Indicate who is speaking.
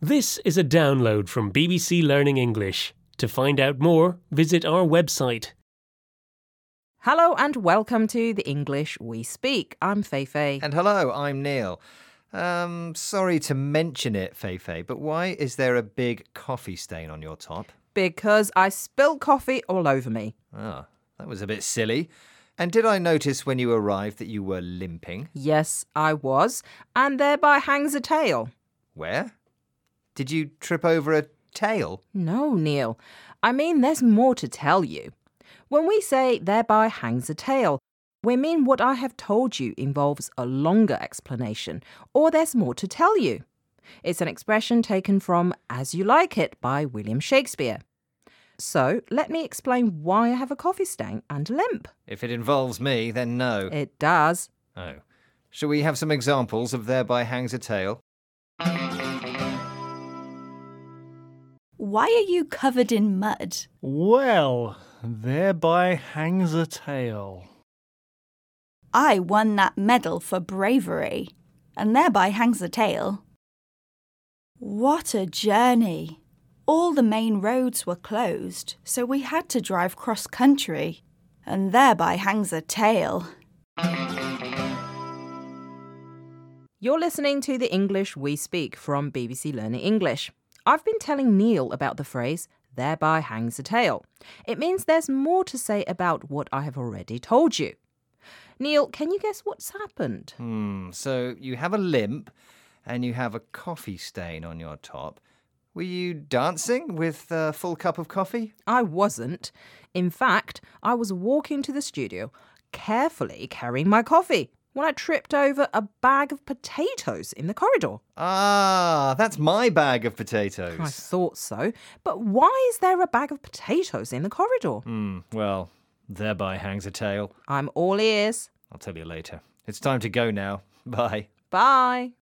Speaker 1: This is a download from BBC Learning English. To find out more, visit our website.
Speaker 2: Hello and welcome to the English We Speak. I'm Feifei.
Speaker 3: And hello, I'm Neil. Um, sorry to mention it, Feifei, but why is there a big coffee stain on your top?
Speaker 2: Because I spilled coffee all over me.
Speaker 3: Ah, that was a bit silly. And did I notice when you arrived that you were limping?
Speaker 2: Yes, I was, and thereby hangs a tale.
Speaker 3: Where? Did you trip over a tail?
Speaker 2: No, Neil. I mean, there's more to tell you. When we say thereby hangs a tale, we mean what I have told you involves a longer explanation, or there's more to tell you. It's an expression taken from As You Like It by William Shakespeare. So, let me explain why I have a coffee stain and a limp.
Speaker 3: If it involves me, then no.
Speaker 2: It does.
Speaker 3: Oh. Shall we have some examples of thereby hangs a tail?
Speaker 4: Why are you covered in mud?
Speaker 5: Well, thereby hangs a tale.
Speaker 4: I won that medal for bravery, and thereby hangs a tale. What a journey! All the main roads were closed, so we had to drive cross country, and thereby hangs a tale.
Speaker 2: You're listening to the English we speak from BBC Learning English. I've been telling Neil about the phrase, thereby hangs a tale. It means there's more to say about what I have already told you. Neil, can you guess what's happened?
Speaker 3: Hmm, so you have a limp and you have a coffee stain on your top. Were you dancing with a full cup of coffee?
Speaker 2: I wasn't. In fact, I was walking to the studio, carefully carrying my coffee, when I tripped over a bag of potatoes in the corridor.
Speaker 3: Ah, that's my bag of potatoes.
Speaker 2: I thought so. But why is there a bag of potatoes in the corridor?
Speaker 3: Hmm, well, thereby hangs a tale.
Speaker 2: I'm all ears.
Speaker 3: I'll tell you later. It's time to go now. Bye.
Speaker 2: Bye.